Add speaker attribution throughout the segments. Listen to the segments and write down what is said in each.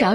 Speaker 1: 扰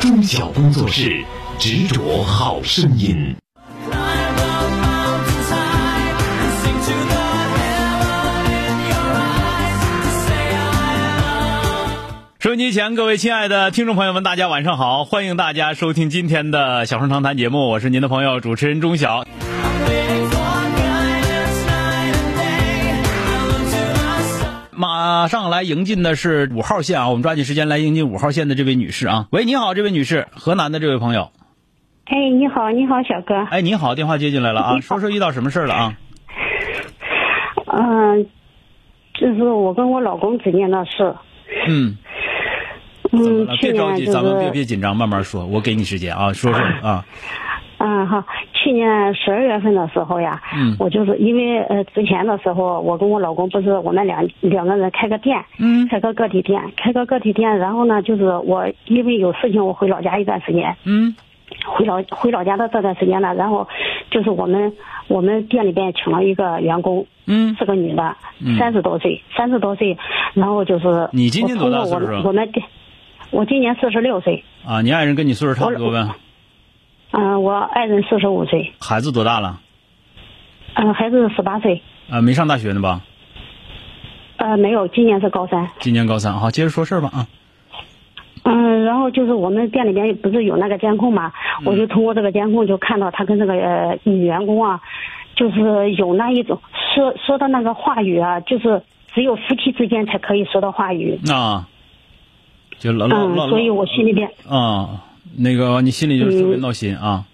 Speaker 2: 中小工作室执着好声音。
Speaker 3: 收音机前，各位亲爱的听众朋友们，大家晚上好！欢迎大家收听今天的《小声长谈》节目，我是您的朋友主持人钟晓。马上来迎进的是五号线啊，我们抓紧时间来迎进五号线的这位女士啊。喂，你好，这位女士，河南的这位朋友。
Speaker 4: 哎，你好，你好，小哥。
Speaker 3: 哎，你好，电话接进来了啊，说说遇到什么事儿了啊？
Speaker 4: 嗯、就是我跟我老公之间的事。
Speaker 3: 嗯。怎么
Speaker 4: 嗯
Speaker 3: 了？，别
Speaker 4: 去
Speaker 3: 着
Speaker 4: 年
Speaker 3: 急，
Speaker 4: 就
Speaker 3: 咱们别
Speaker 4: 是
Speaker 3: 别紧张，慢慢说，我给你时间啊，说说啊。
Speaker 4: 嗯好，去年十二月份的时候呀，
Speaker 3: 嗯
Speaker 4: 我就是因为呃之前的时候，我跟我老公不是我们两两个人开个店，
Speaker 3: 嗯
Speaker 4: 开个个体店，开个个体店，然后呢，就是我因为有事情，我回老家一段时间，
Speaker 3: 嗯
Speaker 4: 回老回老家的这段时间呢，然后就是我们我们店里边请了一个员工，
Speaker 3: 嗯，
Speaker 4: 是个女的
Speaker 3: 嗯，
Speaker 4: 三十多岁，三十多岁，然后就是
Speaker 3: 你今年
Speaker 4: 我通
Speaker 3: 多大
Speaker 4: 过我
Speaker 3: 岁数啊
Speaker 4: 们我们店，我今年四十六岁，
Speaker 3: 啊，你爱人跟你岁数差不多呗？
Speaker 4: 嗯、我爱人四十五岁，
Speaker 3: 孩子多大了？
Speaker 4: 嗯、孩子十八岁，
Speaker 3: 啊，没上大学呢吧？
Speaker 4: 呃，没有，今年是高三，
Speaker 3: 今年高三，好，接着说事儿吧啊。
Speaker 4: 嗯，然后就是我们店里边不是有那个监控嘛，
Speaker 3: 嗯
Speaker 4: 我就通过这个监控就看到他跟这个呃女员工啊，就是有那一种说说的那个话语啊，就是只有夫妻之间才可以说的话语，
Speaker 3: 啊，就老老
Speaker 4: 嗯
Speaker 3: 老，
Speaker 4: 所以我心里边。
Speaker 3: 啊，那个你心里就是特别
Speaker 4: 嗯
Speaker 3: 闹心啊。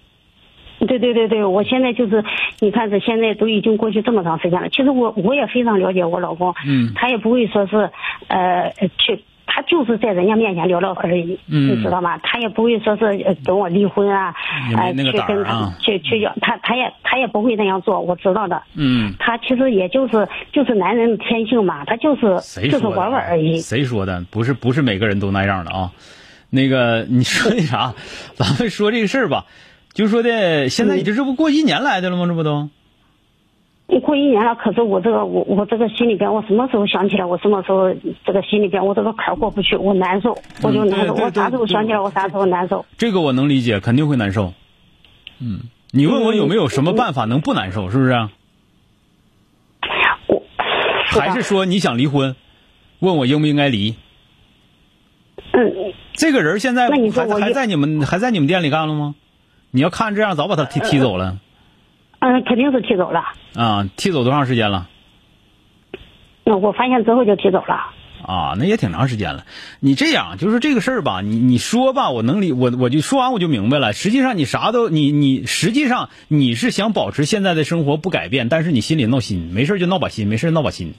Speaker 4: 对对对对，我现在就是，你看这现在都已经过去这么长时间了。其实我我也非常了解我老公，
Speaker 3: 嗯
Speaker 4: 他也不会说是，呃，去，他就是在人家面前聊聊而已，
Speaker 3: 嗯
Speaker 4: 你知道吗？他也不会说是呃跟我离婚啊，
Speaker 3: 也没
Speaker 4: 呃，
Speaker 3: 那个
Speaker 4: 去
Speaker 3: 胆儿
Speaker 4: 跟他、
Speaker 3: 啊
Speaker 4: 去去要他，他也他也不会那样做，我知道的。
Speaker 3: 嗯，
Speaker 4: 他其实也就是就是男人的天性嘛，他就是
Speaker 3: 谁
Speaker 4: 就是
Speaker 3: 说的啊
Speaker 4: 玩玩而已。
Speaker 3: 谁说的？不是不是每个人都那样的啊。那个你说那 啥，咱们说这个事儿吧，就说的现在已经这不过一年来的了吗？这不都？
Speaker 4: 过一年了，可是我这个我我这个心里边，我什么时候想起来，我什么时候这个心里边，我这个坎儿过不去，我难受，我就难受。
Speaker 3: 对对
Speaker 4: 我啥时候想起来，我啥时候难受。
Speaker 3: 这个我能理解，肯定会难受。嗯，嗯你问我有没有什么办法能不难受？是不是啊？
Speaker 4: 嗯我
Speaker 3: 还是
Speaker 4: 吧
Speaker 3: 说你想离婚？问我应不应该离？
Speaker 4: 嗯，
Speaker 3: 这个人现在
Speaker 4: 那你说
Speaker 3: 还
Speaker 4: 我
Speaker 3: 还
Speaker 4: 一
Speaker 3: 在你们还在你们店里干了吗？你要看这样，早把他踢
Speaker 4: 呃
Speaker 3: 踢走了
Speaker 4: 嗯，肯定是踢走了。
Speaker 3: 啊！踢走多长时间了？
Speaker 4: 那嗯我发现之后就踢走了。
Speaker 3: 啊，那也挺长时间了。你这样就是这个事儿吧，你你说吧，我能理我我就说完我就明白了。实际上你啥都你你实际上你是想保持现在的生活不改变，但是你心里闹心，没事儿就闹把心，没事儿闹把心，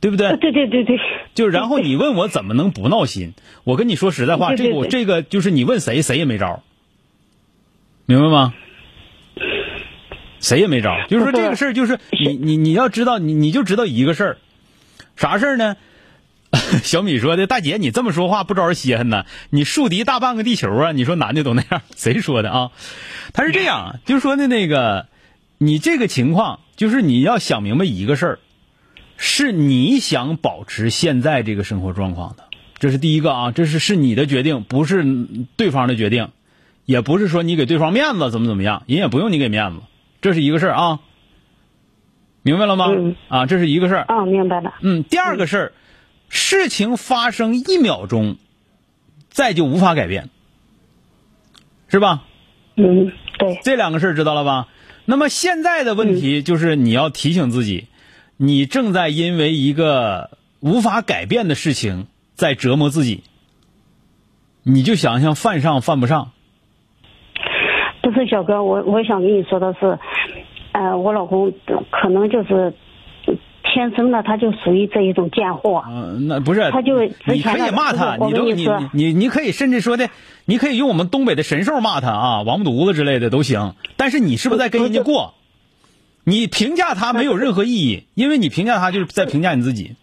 Speaker 3: 对不
Speaker 4: 呃
Speaker 3: 对？
Speaker 4: 对对对对，
Speaker 3: 就然后你问我怎么能不闹 心？我跟你说实在话，
Speaker 4: 对
Speaker 3: 这
Speaker 4: 对
Speaker 3: 个我
Speaker 4: 对
Speaker 3: 这个就是你问谁谁也没招儿，明白吗？谁也没招儿，就是说
Speaker 4: 不是
Speaker 3: 这个事儿，就是 你你你要知道，你你就知道一个事儿，啥事儿呢？ 小米说的，大姐你这么说话不招人稀罕呐，你树敌大半个地球啊！你说男的都那样，谁说的啊？他是这 样，就说的那个，你这个情况就是你要想明白一个事儿，是你想保持现在这个生活状况的，这是第一个啊，这是是你的决定，不是对方的决定，也不是说你给对方面子怎么怎么样，人也不用你给面子，这是一个事儿啊，明白了吗？
Speaker 4: 嗯
Speaker 3: 啊，这是一个事儿。
Speaker 4: 啊、明白了。
Speaker 3: 嗯，第二个事儿，事情发生一秒钟，再就无法改变，是吧？
Speaker 4: 嗯，对，
Speaker 3: 这两个事儿知道了吧？那么现在的问
Speaker 4: 嗯
Speaker 3: 题就是你要提醒自己，你正在因为一个无法改变的事情在折磨自己，你就想想犯上犯不上，
Speaker 4: 不是小哥，我我想跟你说的是，呃，我老公可能就是。天生的他就属于这一种贱货。
Speaker 3: 嗯，那不是，
Speaker 4: 他就之
Speaker 3: 你可
Speaker 4: 前
Speaker 3: 以
Speaker 4: 的
Speaker 3: 骂他，
Speaker 4: 不是
Speaker 3: 你都
Speaker 4: 我跟
Speaker 3: 你
Speaker 4: 你说
Speaker 3: 你你可以甚至说的，你可以用我们东北的神兽骂他啊，王八犊子之类的都行。但是你是不是在跟人家过？你评价他没有任何意义，因为你评价他就是在评价你自己。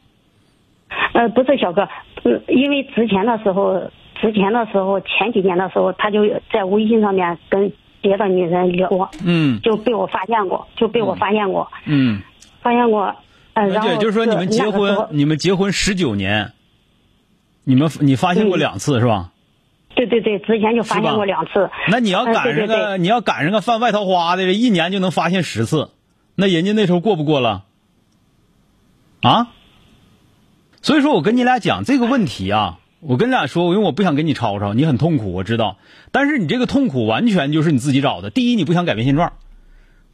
Speaker 4: 呃，不是小哥，嗯，因为之前的时候，之前的时候，前几年的时候，他就在微信上面跟别的女人聊过，
Speaker 3: 嗯
Speaker 4: 就被我发现过，就被我发现过，
Speaker 3: 嗯，
Speaker 4: 发现过。呃，然后
Speaker 3: 对，就是说你们
Speaker 4: 那
Speaker 3: 结
Speaker 4: 个时
Speaker 3: 婚
Speaker 4: 候，
Speaker 3: 你们结婚十九年，你们你发现过
Speaker 4: 嗯
Speaker 3: 两次是吧？
Speaker 4: 对对对，之前就发
Speaker 3: 是吧
Speaker 4: 现过两次。
Speaker 3: 那你要
Speaker 4: 呃
Speaker 3: 赶
Speaker 4: 对
Speaker 3: 上
Speaker 4: 对
Speaker 3: 个、
Speaker 4: 对
Speaker 3: 你要赶上个犯外桃花的，一年就能发现十次，那人家那时候过不过了？啊？所以说我跟你俩讲这个问题啊，我跟你俩说，因为我不想跟你吵吵，你很痛苦，我知道。但是你这个痛苦完全就是你自己找的。第一，你不想改变现状；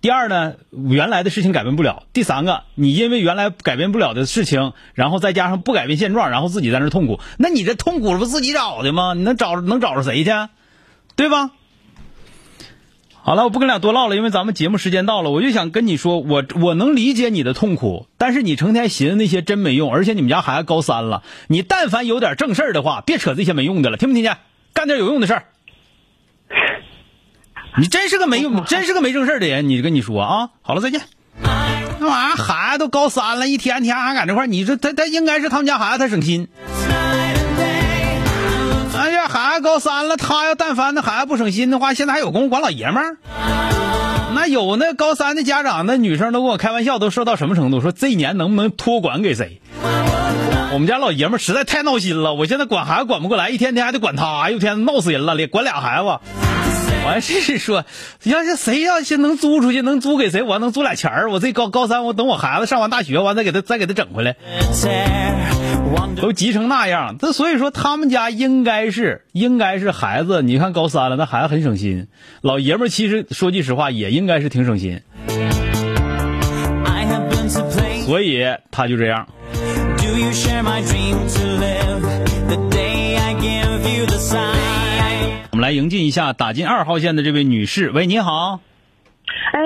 Speaker 3: 第二呢，原来的事情改变不了；第三个，你因为原来改变不了的事情，然后再加上不改变现状，然后自己在那儿痛苦。那你这痛苦不自己找的吗？你能找能找着谁去？对吧？好了，我不跟俩多唠了，因为咱们节目时间到了。我就想跟你说，我我能理解你的痛苦，但是你成天寻思那些真没用，而且你们家孩子高三了，你但凡有点正事儿的话，别扯这些没用的了，听不听见？干点有用的事儿。你真是个没 用，真是个没正事儿的人。你跟你说啊，好了，再见。哎那玩意儿孩子都高三了，一天天还搁这块儿，你说他他应该是他们家孩子他省心。哎呀，孩子高三了，他要但凡那孩子不省心的话，现在还有功夫管老爷们儿。那有那高三的家长，那女生都跟我开玩笑，都说到什么程度？说这一年能不能托管给谁？我们家老爷们儿实在太闹心了，我现在管孩子管不过来，一天天还得管他，哎呦天，闹死人了，连管俩孩子。完事是说，要是谁要是能租出去，能租给谁？我能租俩钱儿。我这高高三，我等我孩子上完大学，完再给他再给他整回来。都急成那样，这所以说他们家应该是应该是孩子，你看高三了，那孩子很省心。老爷们儿其实说句实话，也应该是挺省心，
Speaker 5: I have been to play.
Speaker 3: 所以他就这样。
Speaker 5: Do you share my dream to live? The day I give you the sign.
Speaker 3: 我们来迎进一下打进二号线的这位女士，喂，你好，
Speaker 6: 哎，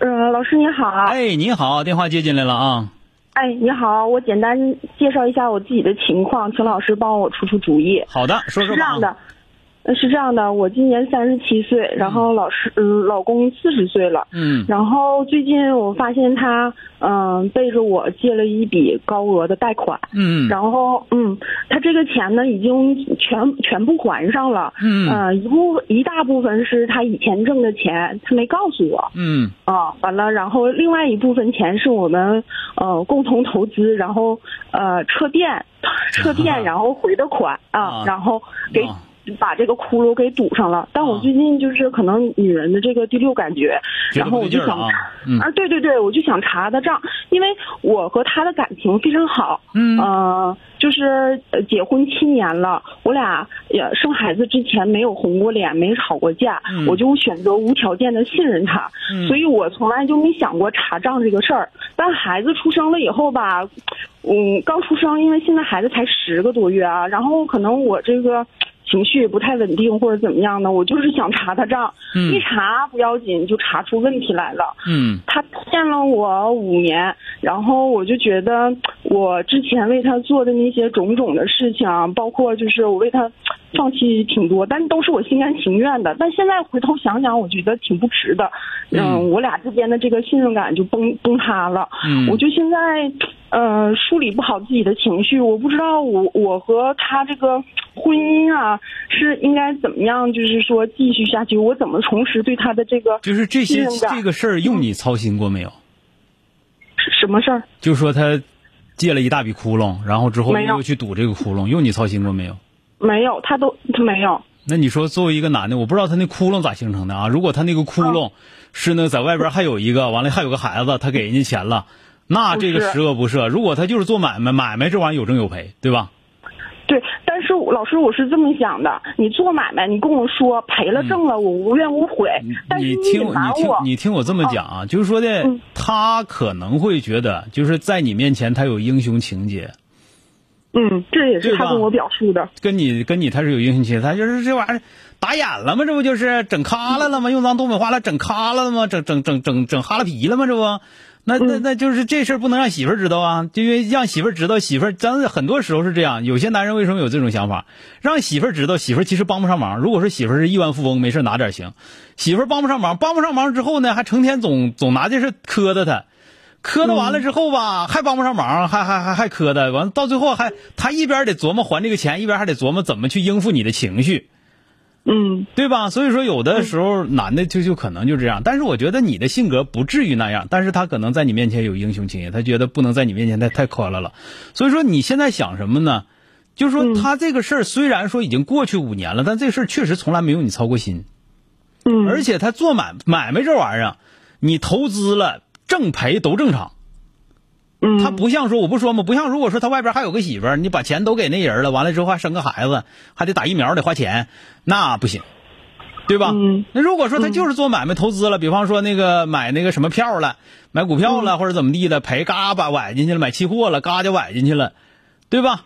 Speaker 6: 呃，老师你好，
Speaker 3: 哎，你好，电话接进来了啊，
Speaker 6: 哎，你好，我简单介绍一下我自己的情况，请老师帮我出出主意。
Speaker 3: 好的，说说
Speaker 6: 是这样
Speaker 3: 吧
Speaker 6: 的
Speaker 3: 啊，，
Speaker 6: 呃是这样的，我今年三十七岁，然后老师，嗯，老公四十岁了，
Speaker 3: 嗯
Speaker 6: 然后最近我发现他，嗯、背着我借了一笔高额的贷款，
Speaker 3: 嗯
Speaker 6: 然后，嗯，他这个钱呢已经全全部还上了，
Speaker 3: 嗯
Speaker 6: 呃，一部一大部分是他以前挣的钱，他没告诉我，
Speaker 3: 嗯
Speaker 6: 啊，完了，然后另外一部分钱是我们呃共同投资，然后呃车店车店然后回的款
Speaker 3: 啊
Speaker 6: 啊，然后给、
Speaker 3: 啊
Speaker 6: 把这个窟窿给堵上了。但我
Speaker 3: 啊
Speaker 6: 最近就是可能女人的这个第六感觉，
Speaker 3: 觉得
Speaker 6: 然后
Speaker 3: 不对
Speaker 6: 我
Speaker 3: 劲
Speaker 6: 就
Speaker 3: 儿
Speaker 6: 想
Speaker 3: 啊嗯
Speaker 6: 啊，对对对，我就想查他账，因为我和他的感情非常好，
Speaker 3: 嗯
Speaker 6: 呃，就是呃结婚七年了，我俩也生孩子之前没有红过脸，没吵过架，
Speaker 3: 嗯
Speaker 6: 我就选择无条件的信任他，
Speaker 3: 嗯
Speaker 6: 所以我从来就没想过查账这个事儿。但孩子出生了以后吧，嗯，刚出生，因为现在孩子才十个多月啊，然后可能我这个。情绪不太稳定或者怎么样呢？我就是想查他账，
Speaker 3: 嗯
Speaker 6: 一查不要紧，就查出问题来了。
Speaker 3: 嗯
Speaker 6: 他骗了我五年，然后我就觉得我之前为他做的那些种种的事情啊，包括就是我为他放弃挺多，但都是我心甘情愿的。但现在回头想想，我觉得挺不值的。
Speaker 3: 嗯
Speaker 6: 嗯，我俩之间的这个信任感就崩崩塌了。
Speaker 3: 嗯
Speaker 6: 我就现在，呃，梳理不好自己的情绪，我不知道我我和他这个婚姻啊是应该怎么样，就是说继续下去，我怎么重拾对他的这个
Speaker 3: 就是这
Speaker 6: 信
Speaker 3: 些
Speaker 6: 任感
Speaker 3: 这个事儿用你操心过没有？
Speaker 6: 是什么事儿？
Speaker 3: 就说他借了一大笔窟窿，然后之后
Speaker 6: 没有
Speaker 3: 又去堵这个窟窿，用你操心过没有？
Speaker 6: 没有，他都他没有。
Speaker 3: 那你说，作为一个男的，我不知道他那窟窿咋形成的啊？如果他那个窟窿
Speaker 6: 哦
Speaker 3: 是呢，在外边还有一个，完了还有个孩子，他给人家钱了，那这
Speaker 6: 不
Speaker 3: 个
Speaker 6: 是
Speaker 3: 十恶不赦。如果他就是做买卖，买卖这玩意儿有挣有赔，对吧？
Speaker 6: 对，但是我老师，我是这么想的：你做买卖，你跟我说赔了挣了，我无怨无悔。但是
Speaker 3: 嗯你听
Speaker 6: 隐
Speaker 3: 我，
Speaker 6: 瞒
Speaker 3: 你听
Speaker 6: 我，
Speaker 3: 你听我这么讲啊，就是说的
Speaker 6: 嗯，
Speaker 3: 他可能会觉得，就是在你面前他有英雄情节，
Speaker 6: 嗯，这也
Speaker 3: 对
Speaker 6: 是
Speaker 3: 吧
Speaker 6: 他跟我表述的。
Speaker 3: 跟你跟你他是有英雄情节，他就是这玩意儿打眼了吗？这不就是整卡了了吗？用咱东北话来整卡了了吗？整整整整整哈拉皮了吗？这不，那那那就是这事儿不能让媳妇儿知道啊，就因为让媳妇儿知道，媳妇儿咱很多时候是这样，有些男人为什么有这种想法？让媳妇儿知道，媳妇儿其实帮不上忙。如果说媳妇儿是亿万富翁，没事儿拿点儿行，媳妇儿帮不上忙，帮不上忙之后呢，还成天总总拿这事儿磕的他。磕的完了之后吧，还帮不上忙，还还还还磕的，完了到最后还他一边得琢磨还这个钱，一边还得琢磨怎么去应付你的情绪，
Speaker 6: 嗯
Speaker 3: 对吧？所以说有的时候男的就就可能就这样，但是我觉得你的性格不至于那样，但是他可能在你面前有英雄情节，他觉得不能在你面前太太宽了了，所以说你现在想什么呢？就是说他这个事儿虽然说已经过去五年了，但这事儿确实从来没有你操过心，
Speaker 6: 嗯，
Speaker 3: 而且他做买买卖这玩意儿啊，你投资了挣赔都正常。
Speaker 6: 嗯
Speaker 3: 他不像说，我不说吗？不像如果说他外边还有个媳妇儿，你把钱都给那人了，完了之后还生个孩子，还得打疫苗，得花钱，那不行，对吧？
Speaker 6: 嗯
Speaker 3: 那如果说他就是做买卖投资了，比方说那个买那个什么票了，买股票
Speaker 6: 嗯
Speaker 3: 了、或者怎么地了，赔嘎把崴进去了，买期货了嘎就崴进去了，对吧？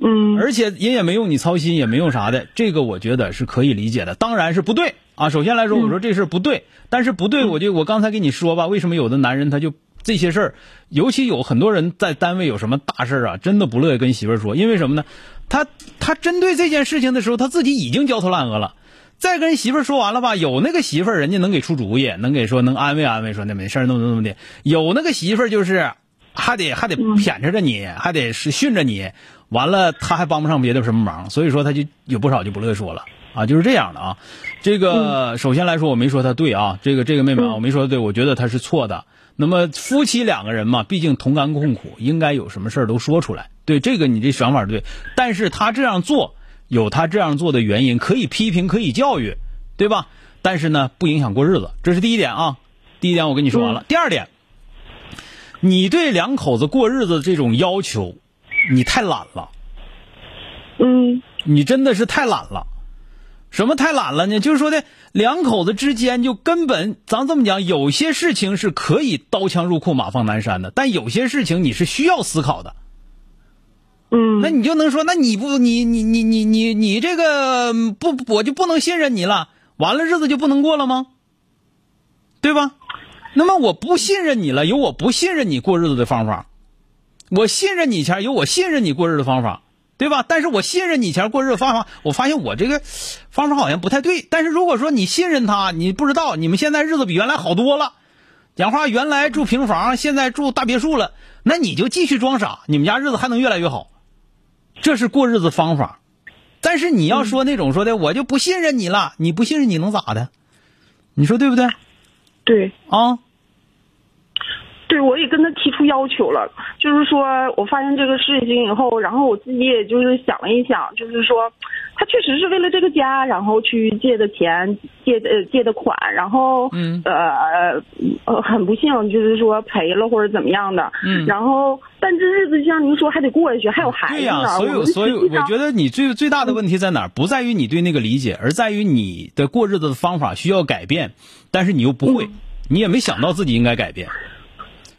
Speaker 6: 嗯
Speaker 3: 而且人也没用你操心，也没用啥的，这个我觉得是可以理解的。当然是不对啊。首先来说，我说这事儿不对，但是不对，我就我刚才跟你说吧，为什么有的男人他就这些事儿，尤其有很多人在单位有什么大事儿啊，真的不乐意跟媳妇儿说，因为什么呢？他他针对这件事情的时候，他自己已经焦头烂额了。再跟媳妇儿说完了吧，有那个媳妇儿，人家能给出主意，能给说能安慰安慰，说那没事儿，怎么怎么的。有那个媳妇儿就是还得还得谝着着你，还得是训着你，完了他还帮不上别的什么忙，所以说他就有不少就不乐意说了啊，就是这样的啊。这个、首先来说，我没说他对啊，这个这个妹妹啊，我没说她对，我觉得他是错的。那么夫妻两个人嘛，毕竟同甘共苦，应该有什么事儿都说出来。对这个你这想法对，但是他这样做有他这样做的原因，可以批评，可以教育，对吧？但是呢，不影响过日子，这是第一点啊。第一点我跟你说完了，第二点，你对两口子过日子的这种要求，你太懒了，
Speaker 6: 嗯
Speaker 3: 你真的是太懒了。什么太懒了呢？就是说的两口子之间就根本，咱这么讲，有些事情是可以刀枪入库、马放南山的，但有些事情你是需要思考的。
Speaker 6: 嗯
Speaker 3: 那你就能说，那你不，你你你你你你这个嗯不，我就不能信任你了，完了日子就不能过了吗？对吧？那么我不信任你了，有我不信任你过日子的方法；我信任你前有我信任你过日子的方法，对吧？但是我信任你前过日子方法，我发现我这个方法好像不太对。但是如果说你信任他，你不知道你们现在日子比原来好多了。讲话原来住平房，现在住大别墅了，那你就继续装傻，你们家日子还能越来越好。这是过日子方法。但是你要说那种说的，我就不信任你了，你不信任你能咋的？你说对不对
Speaker 6: 对。
Speaker 3: 啊？
Speaker 6: 对，我也跟他提出要求了，就是说我发现这个事情以后，然后我自己也就是想了一想，就是说，他确实是为了这个家，然后去借的钱，借的呃借的款，然后
Speaker 3: 嗯
Speaker 6: 呃呃很不幸就是说赔了或者怎么样的，
Speaker 3: 嗯
Speaker 6: 然后但这日子像您说还得过下去，还有孩
Speaker 3: 对
Speaker 6: 子
Speaker 3: 呀、
Speaker 6: 呢，
Speaker 3: 所
Speaker 6: 我
Speaker 3: 有
Speaker 6: 们
Speaker 3: 所有，
Speaker 6: 实际
Speaker 3: 我
Speaker 6: 上
Speaker 3: 觉得你最最大的问题在哪儿？不在于你对那个理解，而在于你的过日子的方法需要改变，但是你又不会，你也没想到自己应该改变，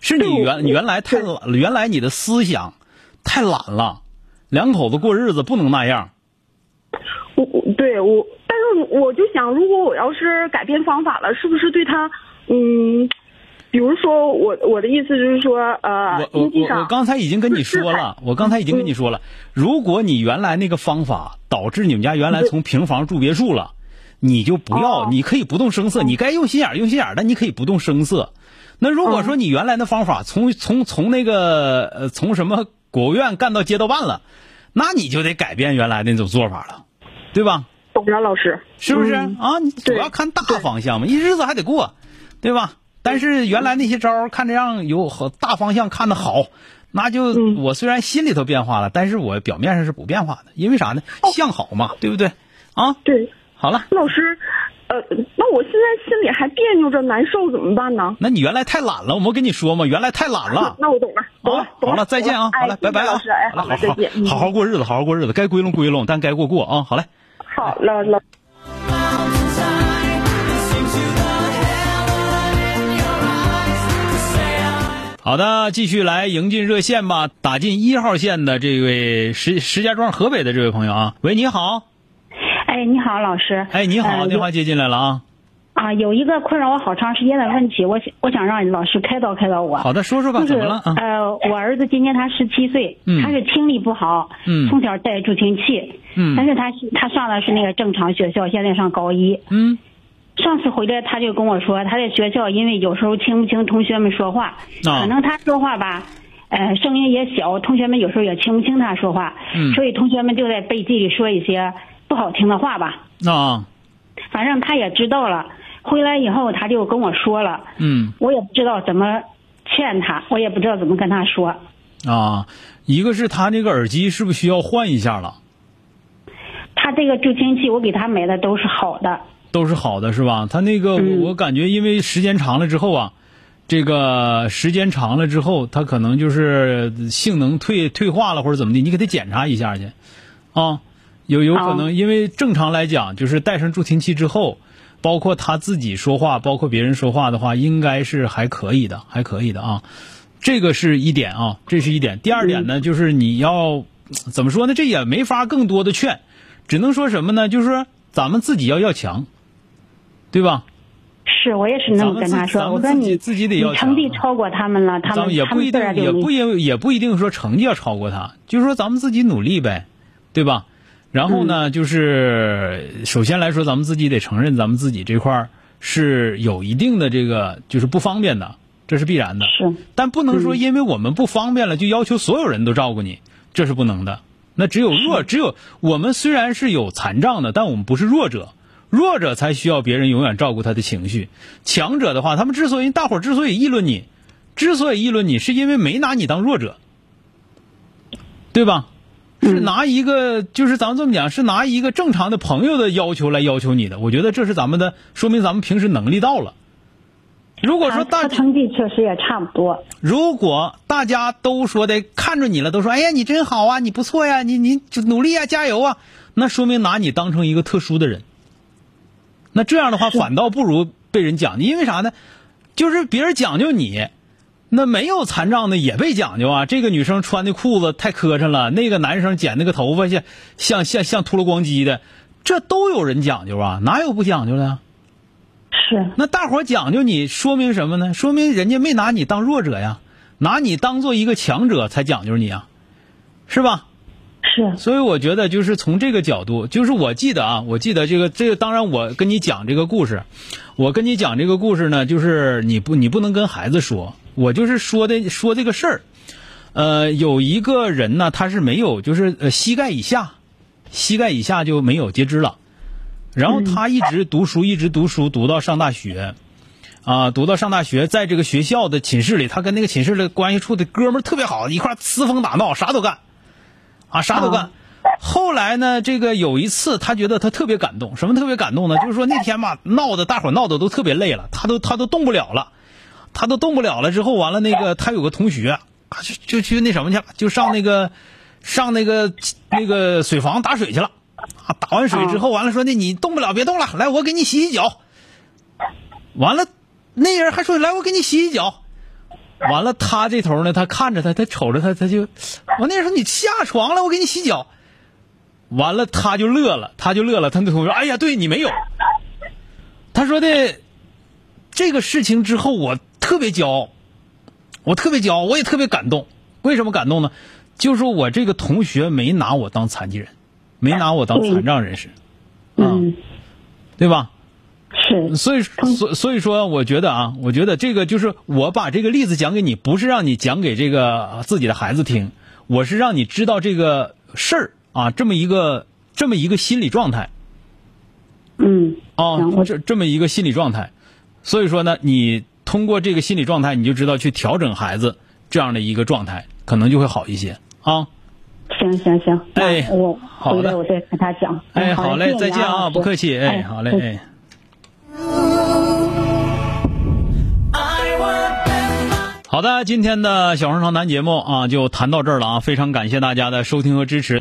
Speaker 3: 是你
Speaker 6: 嗯对我
Speaker 3: 原原来太懒，原来你的思想太懒了，两口子过日子不能那样。
Speaker 6: 我我对我，但是我就想，如果我要是改变方法了，是不是对他，嗯，比如说我我的意思就是说，呃
Speaker 3: 我，我
Speaker 6: 经济
Speaker 3: 我我
Speaker 6: 上，
Speaker 3: 刚才已经跟你说了，我刚才已经
Speaker 6: 嗯
Speaker 3: 跟你说了，如果你原来那个方法导致你们家原来从平房住别墅了，你就不要，
Speaker 6: 哦
Speaker 3: 你可以不动声色，你该用心眼儿用心眼儿，但你可以不动声色。那如
Speaker 6: 哦
Speaker 3: 果说你原来的方法从从从那个呃从什么国务院干到街道办了，那你就得改变原来那种做法了，对吧？
Speaker 6: 懂了，老师，
Speaker 3: 是不是、
Speaker 6: 嗯
Speaker 3: 啊？你主
Speaker 6: 对
Speaker 3: 要看大方向嘛，一日子还得过，对吧？但是原来那些招儿看着让有好大方向看得好，那就、
Speaker 6: 嗯
Speaker 3: 我虽然心里头变化了，但是我表面上是不变化的，因为啥呢？
Speaker 6: 哦
Speaker 3: 相好嘛，对不对？啊，
Speaker 6: 对，
Speaker 3: 好了，
Speaker 6: 老师，呃，那我现在心里还别扭着，难受怎么办呢？
Speaker 3: 那你原来太懒了，我没跟你说吗？原来太懒了。
Speaker 6: 那我懂了，懂了
Speaker 3: 啊，
Speaker 6: 懂
Speaker 3: 好了，再见啊！
Speaker 6: 懂
Speaker 3: 好
Speaker 6: 了
Speaker 3: 嘞，拜拜
Speaker 6: 哎谢谢
Speaker 3: 啊！
Speaker 6: 老师，
Speaker 3: 好
Speaker 6: 哎，
Speaker 3: 嘞
Speaker 6: 好了，再见，嗯
Speaker 3: 好好过日子，好好过日子，该归拢归拢，但该过过啊！好嘞。
Speaker 6: 好了，老。
Speaker 3: 好的，继续来迎进热线吧。打进一号线的这位石石家庄河北的这位朋友啊，喂，你好，
Speaker 7: 哎，你好，老师。
Speaker 3: 哎，你好，
Speaker 7: 呃
Speaker 3: 电话接进来了啊，
Speaker 4: 啊，有一个困扰我好长时间的问题，我想我想让老师开导开导我。
Speaker 3: 好的，说说吧，
Speaker 4: 就是
Speaker 3: 怎么了啊？
Speaker 6: 哎
Speaker 4: 呃，我儿子今年他十七岁，
Speaker 3: 嗯
Speaker 4: 他是听力不好，
Speaker 3: 嗯
Speaker 4: 从小带助听器，
Speaker 3: 嗯
Speaker 4: 但是他他上的是那个正常学校，现在上高一。
Speaker 3: 嗯
Speaker 4: 上次回来他就跟我说，他在学校因为有时候听不清同学们说话，
Speaker 3: 啊
Speaker 4: 可能他说话吧，呃，声音也小，同学们有时候也听不清他说话，
Speaker 3: 嗯
Speaker 4: 所以同学们就在背地里说一些不好听的话吧。
Speaker 3: 啊
Speaker 4: 反正他也知道了，回来以后他就跟我说了，
Speaker 3: 嗯
Speaker 4: 我也不知道怎么劝他，我也不知道怎么跟他说。
Speaker 3: 啊，一个是他那个耳机是不是需要换一下了？
Speaker 4: 他这个助听器我给他买的都是好的，
Speaker 3: 都是好的，是吧？他那个我、
Speaker 4: 嗯
Speaker 3: 我感觉，因为时间长了之后啊，这个时间长了之后，它可能就是性能退退化了或者怎么的，你给他检查一下去啊。有有可能，因为正常来讲，就是戴上助听器之后，包括他自己说话，包括别人说话的话，应该是还可以的，还可以的啊。这个是一点啊，这是一点。第二点呢，就是你要怎么说呢？这也没法更多的劝，只能说什么呢？就是说咱们自己要要强，对吧？
Speaker 4: 是我也是那
Speaker 3: 咱
Speaker 4: 么
Speaker 3: 们
Speaker 4: 跟
Speaker 3: 自
Speaker 4: 他说，
Speaker 3: 咱们
Speaker 4: 我说
Speaker 3: 自己
Speaker 4: 你
Speaker 3: 自己得
Speaker 4: 你
Speaker 3: 要强
Speaker 4: 成绩超过他们了，他
Speaker 3: 咱
Speaker 4: 们
Speaker 3: 们也
Speaker 4: 他
Speaker 3: 不
Speaker 4: 们
Speaker 3: 一
Speaker 4: 自然
Speaker 3: 定，
Speaker 4: 就
Speaker 3: 也
Speaker 4: 没
Speaker 3: 不一也不一定说成绩要超过他，就是说咱们自己努力呗，对吧？然后
Speaker 4: 嗯
Speaker 3: 呢，就是首先来说，咱们自己得承认咱们自己这块儿是有一定的这个就是不方便的，这是必然的。
Speaker 4: 是嗯
Speaker 3: 但不能说因为我们不方便了，就要求所有人都照顾你，这是不能的。那只有弱，只有我们虽然是有残障的，但我们不是弱者，弱者才需要别人永远照顾他的情绪。强者的话，他们之所以大伙儿之所以议论你，之所以议论你，是因为没拿你当弱者，对吧？是拿一个，就是咱们这么讲，是拿一个正常的朋友的要求来要求你的。我觉得这是咱们的，说明咱们平时能力到了。如果
Speaker 4: 啊他
Speaker 3: 说大
Speaker 4: 他成绩确实也差不多，
Speaker 3: 如果大家都说的看着你了，都说哎呀你真好啊，你不错呀，你你就努力啊，加油啊，那说明拿你当成一个特殊的人。那这样的话，反倒不如被人讲究，因为啥呢？就是别人讲究你，那没有残障的也被讲究啊。这个女生穿的裤子太磕碜了，那个男生剪那个头发像像像像秃噜光鸡的，这都有人讲究啊，哪有不讲究的啊？
Speaker 4: 是
Speaker 3: 那大伙儿讲究你，说明什么呢？说明人家没拿你当弱者呀，拿你当做一个强者才讲究你啊，是吧？
Speaker 4: 是
Speaker 3: 所以我觉得就是从这个角度，就是我记得啊，我记得这个这个，当然我跟你讲这个故事，我跟你讲这个故事呢，就是你不你不能跟孩子说，我就是说的说这个事儿。呃，有一个人呢，他是没有，就是呃膝盖以下，膝盖以下就没有截肢了。然后他一直读书，一直读书，读到上大学，啊，读到上大学，在这个学校的寝室里，他跟那个寝室的关系处的哥们儿特别好，一块儿厮风打闹，啥都干，啊，啥都干。后来呢，这个有一次，他觉得他特别感动，什么特别感动呢？就是说那天吧，闹的大伙儿闹的都特别累了，他都他都动不了了，他都动不了了。之后完了，那个他有个同学，啊就就去那什么去了，就上那个上那个那个水房打水去了。啊，打完水之后，完了说那你动不了，别动了，来我给你洗洗脚。完了，那人还说来我给你洗洗脚。完了，他这头呢，他看着他，他瞅着他，他就，我那人说你下床了，我给你洗脚。完了，他就乐了，他就乐了。他那同学说：“哎呀，对你没有。”他说的这个事情之后，我特别骄傲，我特别骄傲，我也特别感动。为什么感动呢？就说我这个同学没拿我当残疾人，没拿我当残障人士，啊
Speaker 4: 嗯
Speaker 3: 对吧？
Speaker 4: 是
Speaker 3: 所以，所所以说，我觉得啊，我觉得这个就是我把这个例子讲给你，不是让你讲给这个呃自己的孩子听，我是让你知道这个事儿啊，这么一个这么一个心理状态
Speaker 4: 嗯
Speaker 3: 啊
Speaker 4: 行我，
Speaker 3: 这这么一个心理状态。所以说呢，你通过这个心理状态，你就知道去调整孩子这样的一个状态，可能就会好一些啊。
Speaker 4: 行行行，那
Speaker 3: 哎
Speaker 4: 我
Speaker 3: 好
Speaker 4: 回
Speaker 3: 的
Speaker 4: 来我再跟他讲。
Speaker 3: 哎，
Speaker 4: 好
Speaker 3: 好嘞，再见啊，不客气，哎，
Speaker 4: 哎，
Speaker 3: 好嘞，
Speaker 4: 再
Speaker 3: 哎。
Speaker 5: I want better.
Speaker 3: 好的，今天的小声长谈节目啊，就谈到这儿了啊，非常感谢大家的收听和支持。